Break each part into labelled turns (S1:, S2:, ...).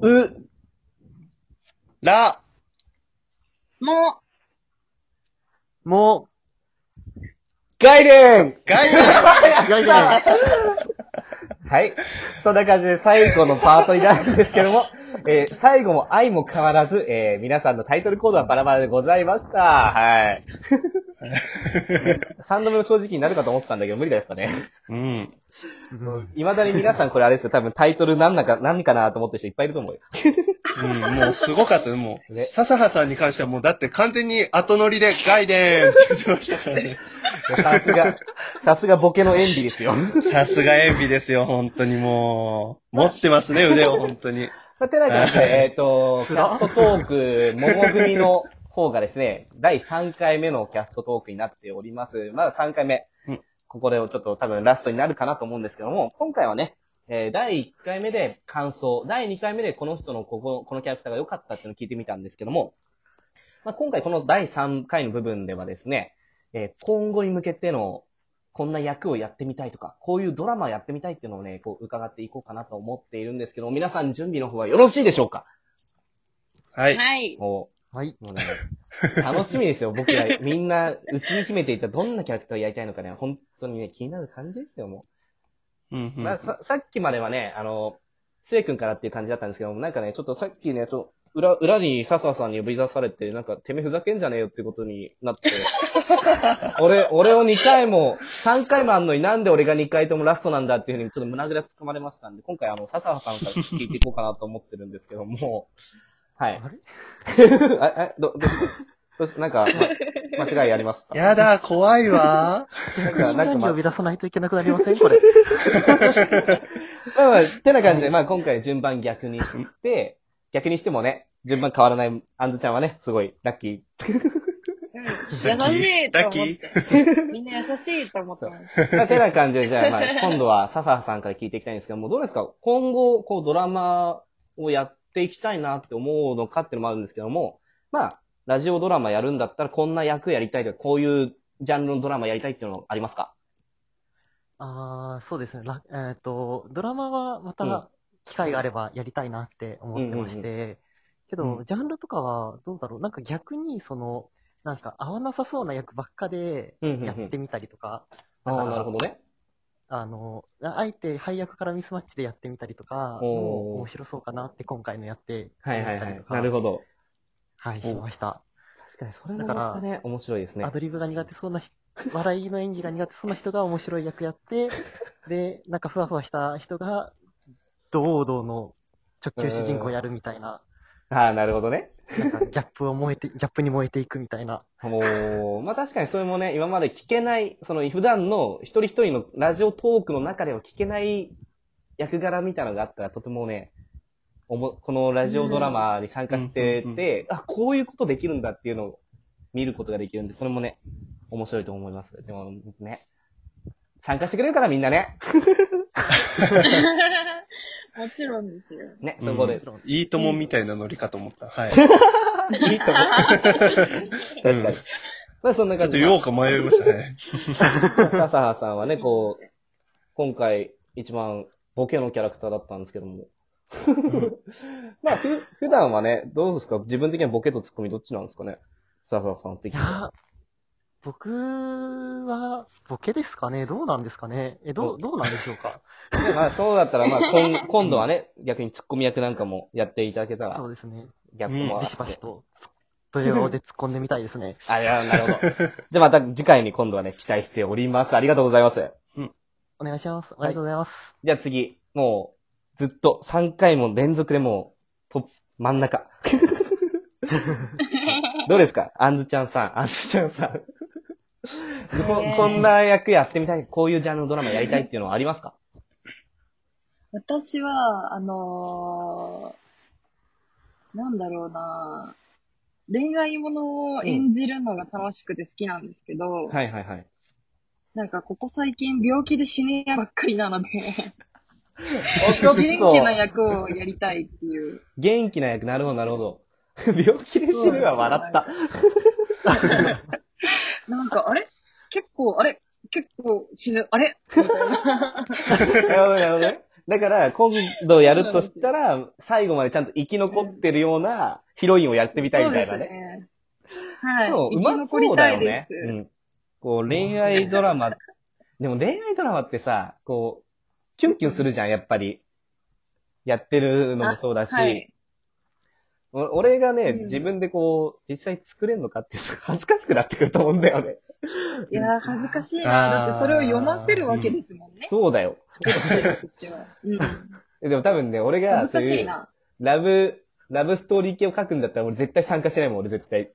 S1: う、ら、
S2: も、
S3: も
S1: ガイデンガイデン
S3: う、ガイガイ。
S4: はい。そんな感じで最後のパートになるんですけ ども、えー最後も愛も変わらず、えー皆さんのタイトルコードはバラバラでございました。はい。3度目の正直になるかと思ってたんだけど、無理だったね。
S1: うん。
S4: 未だに皆さんこれあれですよ、多分タイトル何なんか、何かなと思ってる人いっぱいいると思うよ。
S1: うん、もうすごかったね、もう。
S4: ね
S1: 笹葉さんに関してはもうだって完全に後乗りでガイデンって言ってましたから ね。
S4: さすが、さすがボケの演技ですよ。
S1: さすがエンビですよ、本当にもう。持ってますね、腕を本当に。
S4: まあ、てな感じで、えっ、と、キャストトーク、桃組の方がです ね、第3回目のキャストトークになっております。まだ3回目
S1: うん、
S4: ここでちょっと多分ラストになるかなと思うんですけども、今回はね、えー第1回目で感想、第2回目でこの人のここ、このキャラクターが良かったっていうのを聞いてみたんですけども、まあ、今回この第3回の部分ではですね、えー今後に向けてのこんな役をやってみたいとか、こういうドラマやってみたいっていうのをね、こう伺っていこうかなと思っているんですけど、皆さん準備の方はよろしいでしょうか
S1: はい。
S2: はい。
S4: も
S3: はい。
S4: う、もうね、楽しみですよ。僕らみんな、うちに秘めていたどんなキャラクターをやりたいのかね、本当にね、気になる感じですよ、も
S1: うん
S4: う。まあ、さ、さっきまではね、あの、つえくんからっていう感じだったんですけども、なんかね、ちょっとさっきね、ちょ、裏、裏に笹さんに呼び出されて、なんか、てめえふざけんじゃねえよってことになって、俺、俺を2回も、3回もあんのになんで俺が2回ともラストなんだっていうふうに、ちょっと胸ぐらつかまれましたんで、今回あの、笹さんから聞いていこうかなと思ってるんですけども、はい。
S3: あれ
S4: あ、あ、ど、どうし、どうし、なんか、ま間違いありました。
S1: やだ、怖い わ。
S4: なんか、な
S3: 何
S4: んか、
S3: に
S4: まあ
S3: 呼、び出さないといけなくなりません これ。
S4: まあまあ、てな感じで、まあ今回順番逆にして、逆にしてもね、順番変わらない、あんずちゃんはね、すごいラッキ
S2: うん。優しいと
S1: ラッ
S2: 思
S1: キ
S2: っ
S1: ー
S2: て。みんな優しいと思ってます。
S4: ー。まあ、てな感じで、じ ゃあ、まあ、今度は笹原さんから聞いていきたいんですけども、どうですか今後、こう、ドラマをやっていきたいなって思うのかっていうのもあるんですけども、まあ、ラジオドラマやるんだったら、こんな役やりたいとか、こういうジャンルのドラマやりたいっていうのありますか
S3: あー、そうですね。らえっ、と、ドラマはま
S4: うん
S3: た機会があればやりたいなって思ってまして、
S4: うんう
S3: け
S1: う
S3: ど、ジャンルとかはどうだろう。なんか逆に、その、なんか合わなさそうな役ばっかで
S4: うんうんうん
S3: やってみたりとか、
S4: ああ、なるほどね。
S3: あの、あえて配役からミスマッチでやってみたりとか、
S4: おー
S3: もう面白そうかなって今回のやって、
S4: はいはいはい。な
S3: な
S4: る
S3: る
S4: ほ
S3: ほど。
S4: ど。
S3: はい、しました。
S4: 確かに、それもまたね、面白いですね
S3: ア。ドリブが苦手そうな人、 笑いの演技が苦手そうな人が面白い役や って、で、なんかふわふわした人が、堂々の直球主人公やるみたいな、
S4: ああ、なるほどね。
S3: なんかギャップを燃えて、ギャップに燃えていくみたいな。
S4: おーまあ確かにそれもね、今まで聞けない、その普段の一人一人のラジオトークの中では聞けない役柄みたいなのがあったらとてもね、おもこのラジオドラマに参加して
S1: うんうん
S4: て、あ、こういうことできるんだっていうのを見ることができるんで、それもね、面白いと思います。でもね、参加してくれるからみんなね。
S2: もちろんですよ。
S4: ね、そこで。
S3: うん
S1: いいともみたいなノリかと思った。はい。
S4: いいと思う。確かに。まあそんな
S1: ちょっ
S4: 感
S1: と
S4: じ
S1: 言おうか迷いましたね。
S4: 笹原さんはね、こう、今回一番ボケのキャラクターだったんですけども。まあ、ふ、普段はね、どうですか自分的にはボケとツッコミどっちなんですかね笹原さん的
S3: い
S4: に
S3: や
S4: は。
S3: ー、僕は、ボケですかねどうなんですかねえ、どう、どうなんでしょう か
S4: ねまあ、そうだったら、まあ、こん今度はね、逆にツッコミ役なんかもやっていただけたら
S3: そ、うですね。
S4: ギャップもあ
S3: ビ
S4: って
S3: シバシと、ドヤ顔で突っ込んでみたいですね。
S4: あ、いや、なるほど。じゃあまた次回に今度はね、期待しております。ありがとうございます。
S3: お願いします。ありがとうございます。
S4: じゃあ次、もう、ずっと3回も連続でもう、と、真 ん中。どうですかあんずちゃんさん、あんずちゃんさん。ここんな役やってみたい、こういうジャンルのドラマやりたいっていうのはありますか
S2: 私は、あのー、なんだろうな恋愛ものを演じるのが楽しくて好きなんですけど、
S4: はいはいはい。
S2: なんかここ最近病気で死ねばっかりなので、
S4: おちょっ
S2: 元気な
S4: と、
S2: 役をやりたいっていう。
S4: 元気な役、なるほどなるほど。病気で死ぬは笑った。
S2: なんか、あれ結構、あれ結構死ぬ、あれ
S4: なるほどなるほどね。だから、今度やるとしたら、最後までちゃんと生き残ってるようなヒロインをやってみたいみたいなね。
S2: ね。はい。
S4: でもう
S2: 生き
S4: ま
S2: 残
S4: そ
S2: り
S4: うだ
S2: たい
S4: よね
S2: で。
S4: う
S2: す。
S4: ん。こう、恋愛ドラマ。 でも恋愛ドラマってさ、こう、キュンキュンするじゃん、やっぱり。やってるのもそうだし。
S2: はい。
S4: お俺がね、
S2: うん
S4: 自分でこう、実際作れんのかって、恥ずかしくなってくると思うんだよね。
S2: いやー、恥ずかしいな。
S1: あー
S2: だってそれを読ませるわけですもんね。
S4: そうだよ。
S2: 作ってるとしては。うん。
S4: でも多分ね、俺が
S2: 恥ず
S4: そう
S2: かし
S4: い、
S2: いうな。
S4: ラブ、ラブストーリー系を書くんだったら俺絶対参加しないもん、俺絶対。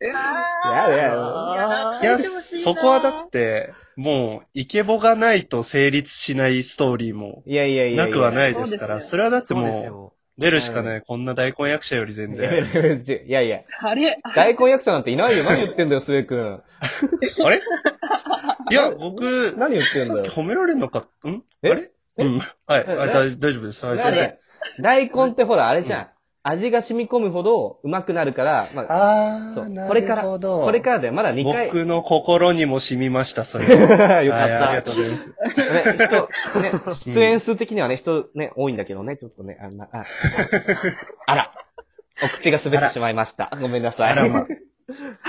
S2: うわ
S4: やだやだ。
S2: ー。や
S1: いや、
S2: ってほし
S1: そ
S2: な
S1: こはだって、もう、イケボがないと成立しないストーリーも、
S4: いやいやいや。
S1: なくはないいですから、
S2: そうですよ
S1: それはだって
S3: そうです
S1: も
S3: よ。
S1: う、出るしかない、こんな大根役者より全
S4: や
S1: 然。
S4: めろやめろちょいやいや、
S2: あれ
S4: 大根役者なんていないよ。何言ってんだよ、スエ君。
S1: あ れいや、僕、
S4: 何言ってん
S1: さ
S4: だ
S1: っき
S4: よ。
S1: 褒められなかった、んあ
S4: え
S1: れうん。はい、
S4: え
S1: あ大大丈夫です。はい、
S4: だか
S1: 大
S4: ら
S1: 丈夫
S4: ね大根ってほら、あれじゃん。味が染み込むほどうまくなるから、まあ、
S1: あ
S4: そう
S1: ー、な
S4: これから
S1: るほど。
S4: これからだよ。まだ2回。
S1: 僕の心にも染みました、それは。
S4: よかっ
S1: はいありがと
S4: た
S1: う。ございます。
S4: ね、人、ね、出演数的にはね、人ね、多いんだけどね、ちょっとね、あんな、あ、あら、お口が滑ってしまいました。ごめんなさい。
S1: あらま。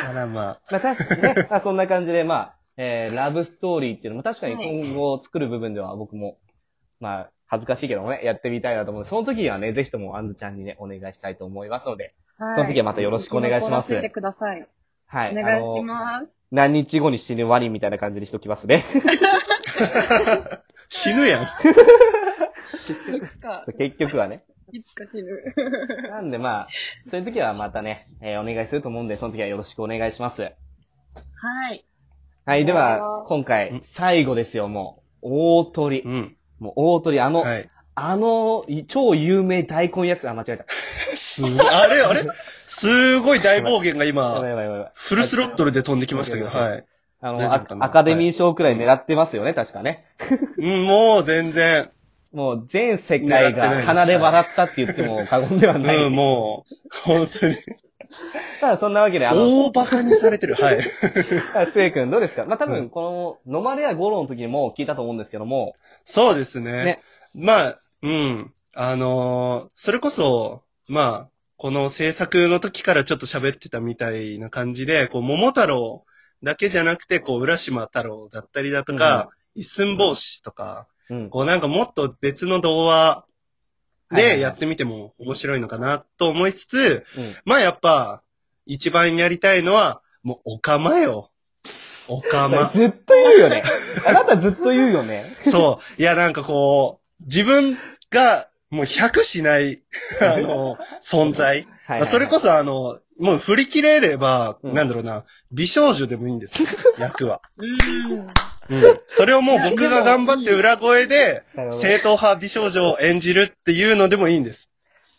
S1: あらま。
S4: まあ確かにね、まあそんな感じで、まあ、えー、ラブストーリーっていうのも確かに今後作る部分では僕も、まあ、恥ずかしいけどもね、やってみたいなと思うので、その時にはね、ぜひともあんずちゃんにね、お願いしたいと思いますので、
S2: はい
S4: その時はまたよろしくお願いします
S2: 生き残らせてください。
S4: はい。
S2: お願いし
S4: あの、
S2: ます。
S4: 何日後に死ぬワニみたいな感じにしときますね。
S1: 死ぬやん。
S2: いつか、
S4: 結局はね。
S2: いつか死ぬ。
S4: なんでまあ、そういう時はまたね、えーお願いすると思うんで、その時はよろしくお願いします。
S2: はい。
S4: はい、で
S2: お願いしま
S4: は、
S2: す
S4: 今
S1: う
S4: 回
S1: ん、
S4: 最後ですよ、もう。大鳥
S1: う。ん。
S4: もう大鳥、あの、
S1: はい。
S4: あの、い超有名大根やつ、あ、間違えた。
S1: す、あれあれすごい大暴言が
S4: やばい
S1: 今、
S4: やばいやばい。
S1: フルスロットルで飛んできましたけど、はい。大
S4: あの、
S1: 丈夫
S4: ア
S1: かな
S4: アカデミー賞くらい狙ってますよね、確かね。
S1: うん、もう全然、
S4: もう全世界
S1: 狙ってないで
S4: が
S1: す
S4: 鼻で笑ったって言っても過言ではない。
S1: うん、 もう、本当に、
S4: ただそんなわけで、あの、
S1: 大馬鹿にされてる。はい。
S4: スエ君どうですかまあ多
S1: う
S4: 分、この、ノマレアゴロの時にも聞いたと思うんですけども、
S1: そうですね。
S4: ね
S1: まあ、うん。あのーそれこそ、まあ、この制作の時からちょっと喋ってたみたいな感じで、こう、桃太郎だけじゃなくて、こう、浦島太郎だったりだとか、一寸法師とか、
S4: うん。、
S1: こうなんかもっと別の童話でやっててみても面白いのかなと思いつつ、
S4: うん
S1: まあやっぱ、一番やりたいのは、もう、おかまよ。おかま。
S4: ずっと言うよね。あなたずっと言うよね。
S1: そう。いや、なんかこう、自分が、もう100しない、 あの、存在。
S4: は
S1: それこそ、あの、もう振り切れれば、
S4: うん
S1: なんだろうな、美少女でもいいんですよ、 役は。
S2: うん。
S1: それをもう僕が頑張って裏声で、
S4: そ
S1: 正統派美少女を演じるっていうのでもいいんです。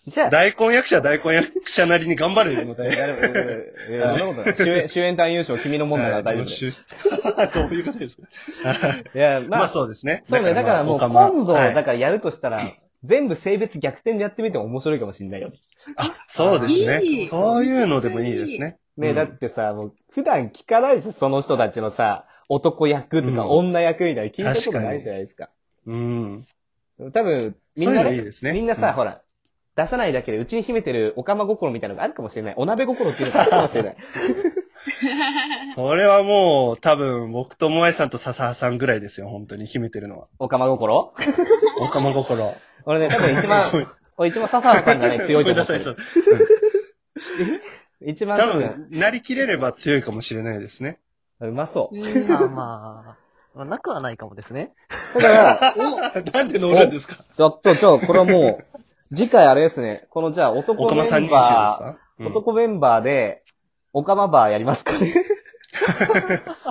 S4: じゃあ、
S1: 大根役者、大根役者なりに頑張るの
S4: い
S1: で。
S4: やでもいやそんなことない主演、主演単優賞、君のもんだから大丈
S1: はい
S4: 夫。
S1: どういうことですか
S4: いや、
S1: まあ、
S4: まあ、そう
S1: そうですね。
S4: ね。だからもう、
S1: まあ
S4: 今度、
S1: お釜はい
S4: だからやるとしたら、全部性別逆転でやってみても面白いかもしれないよ。
S1: あ、そうです
S2: い
S1: ね。
S2: い
S1: そういうのでもいいですね。う
S4: ね、
S1: ん
S4: だってさ、もう、普段聞かないじゃん、その人たちのさ、男役とか
S1: うん
S4: 女役みたいな聞いたことないじゃないですか。
S1: うん。
S4: 多分、みんな
S1: そういうのいい
S4: ね、
S1: ですね
S4: みんなさ、
S1: うん
S4: ほら、出さないだけで、うちに秘めてるおかま心みたいなのがあるかもしれない。お鍋心っていうのがあるかもし れない。
S1: それはもう、多分、僕と萌えさんと笹葉さんぐらいですよ、本当に秘めてるのは。
S4: おかま心
S1: おかま心。
S4: 俺ね、多分一 番、俺一番笹原さんがね、強いと思って
S1: ごめんなさい
S4: る。
S1: そう
S4: 一番
S1: 多
S4: 多分、
S1: 分、なりきれれば強いかもしれないですね。
S4: うまそう。
S2: うん
S3: まあまあ、まあ、なくはないかもですね。
S4: だから、
S1: なんで乗るんですか
S4: ちょっと、ちょ、これはもう、次回あれですね、このじゃあ
S1: お
S4: 男
S1: かま
S4: メ
S1: さん
S4: ン
S1: にしです
S4: バ
S1: か
S4: ー、
S1: うん
S4: 男メンバーで、オカマバーやりますかね。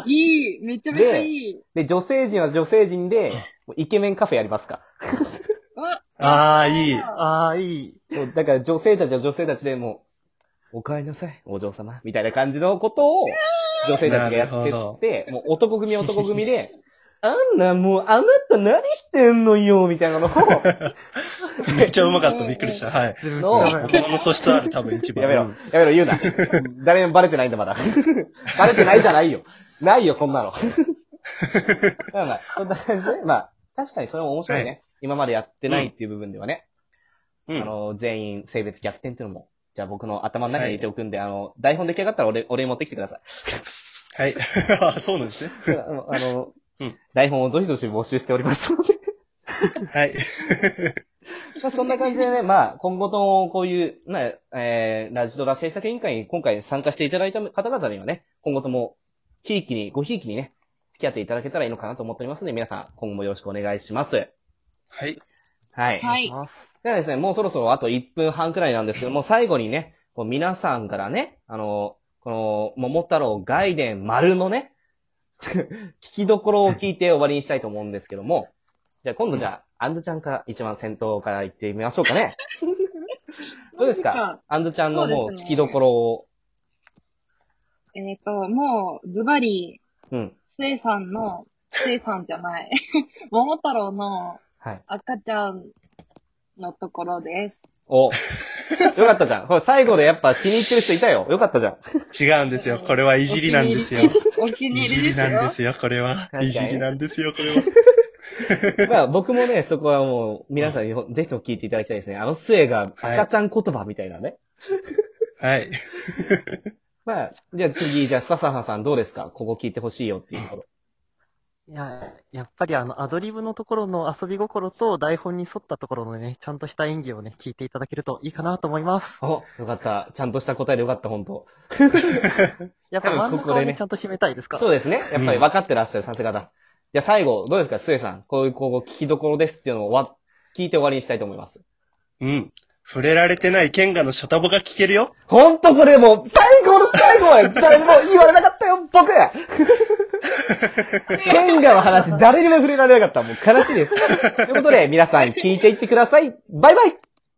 S2: いい。めちゃめちゃいい。
S4: で、女性陣は女性陣で、イケメンカフェやりますか。
S2: うわ
S1: ああ、いい。
S3: ああ、いい。
S4: もうだから女性たちは女性たちでもう、お帰りなさい、お嬢様、みたいな感じのことを、女性たちがや
S1: な
S4: っ
S1: るほ
S4: てって、もう男組男組で、 あんなもう、あなた何してんのよ、みた いなのを、
S1: めっちゃうまかった、びっくりした。はい。
S4: の
S3: う
S1: お
S3: ん
S1: かまの素質ある、多分一番。
S4: やめろ、やめろ、言うな。誰にもバレてないん だ、まだ。バレてないじゃないよ。 ないよ、そんなの。まあまあ、そんな感じで、まあ、確かにそれも面白いね。今までやってないっていう部分ではね、
S1: うん。
S4: あの、全員性別逆転っていうのも、じゃあ僕の頭の中に入れておくんで、あの、台本出来上がったら俺、俺持ってきてください。
S1: はい。 そうなんですね。
S4: あの、あの
S1: うん
S4: 台本をどしどし募集しておりますので。
S1: はい。
S4: まあそんな感じでね、まあ、今後ともこういう、まあ、えー、ラジドラ制作委員会に今回参加していただいた方々にはね、今後とも、ひいきに、ごひいきにね、付き合っていただけたらいいのかなと思っておりますので、皆さん、今後もよろしくお願いします。
S1: はい。
S4: はい。
S2: は
S3: り
S2: い。
S3: ます。
S4: ではですね、もうそろそろあと1分半くらいなんですけども、最後にね、こう皆さんからね、あの、この、桃太郎外伝丸のね、 聞きどころを聞いて終わりにしたいと思うんですけども、じゃあ今度じゃあ、アンドちゃんから一番先頭から行ってみましょう かね。どうです
S2: マジ
S4: かアンドちゃんのも
S2: そう
S4: う
S2: ですね
S4: 聞きどころを、
S2: えっ、と、もう、ズバリ、
S4: うん。
S2: せいさんの、せいさんじゃない。 桃太郎の
S4: はい。
S2: 赤ちゃんのところです。
S4: お。よかったじゃん。これ最後でやっぱ気に入ってる人いたよ。よかったじゃん。
S1: 違うんですよ。これはいじりなんですよ。
S2: お気に
S1: い
S2: 入
S1: じ
S2: り
S1: り
S2: ですよ
S1: なん。ですよ、これは
S4: 確か。に
S1: いじりなんですよ、これは。
S4: まあ僕もね、そこはもう皆さんにぜひとも聞いていただきたいですね。あの末が赤ちゃん言葉みたいなね。
S1: はい。
S4: まあ、じゃあ次、じゃあ笹原さんどうですかここ聞いてほしいよっていうところ。
S3: いや、やっぱりあの、アドリブのところの遊び心と台本に沿ったところのね、ちゃんとした演技をね、聞いていただけるといいかなと思います。
S4: お、よかった。ちゃんとした答えでよかった、本当
S3: やっぱ
S4: 多分
S3: 真ん
S4: こ
S3: 中
S4: こ
S3: を
S4: でね
S3: ね、ちゃんと締めたいですか
S4: そ
S3: ら。
S4: うですね。やっぱり分かってらっしゃる、さすがだ。じゃあ最後、どうですか末さん。こういう、ここ聞きどころですっていうのをわ、聞いて終わりにしたいと思います。
S1: うん。触れられてない剣がのショタボが聞けるよ。
S4: ほんとこれもう、最後の最後へ誰も言われなかったよ、僕 ケンガの話、誰にも触れられなかった。もう悲しいです。ということで、皆さん聞いていってください。バイバイ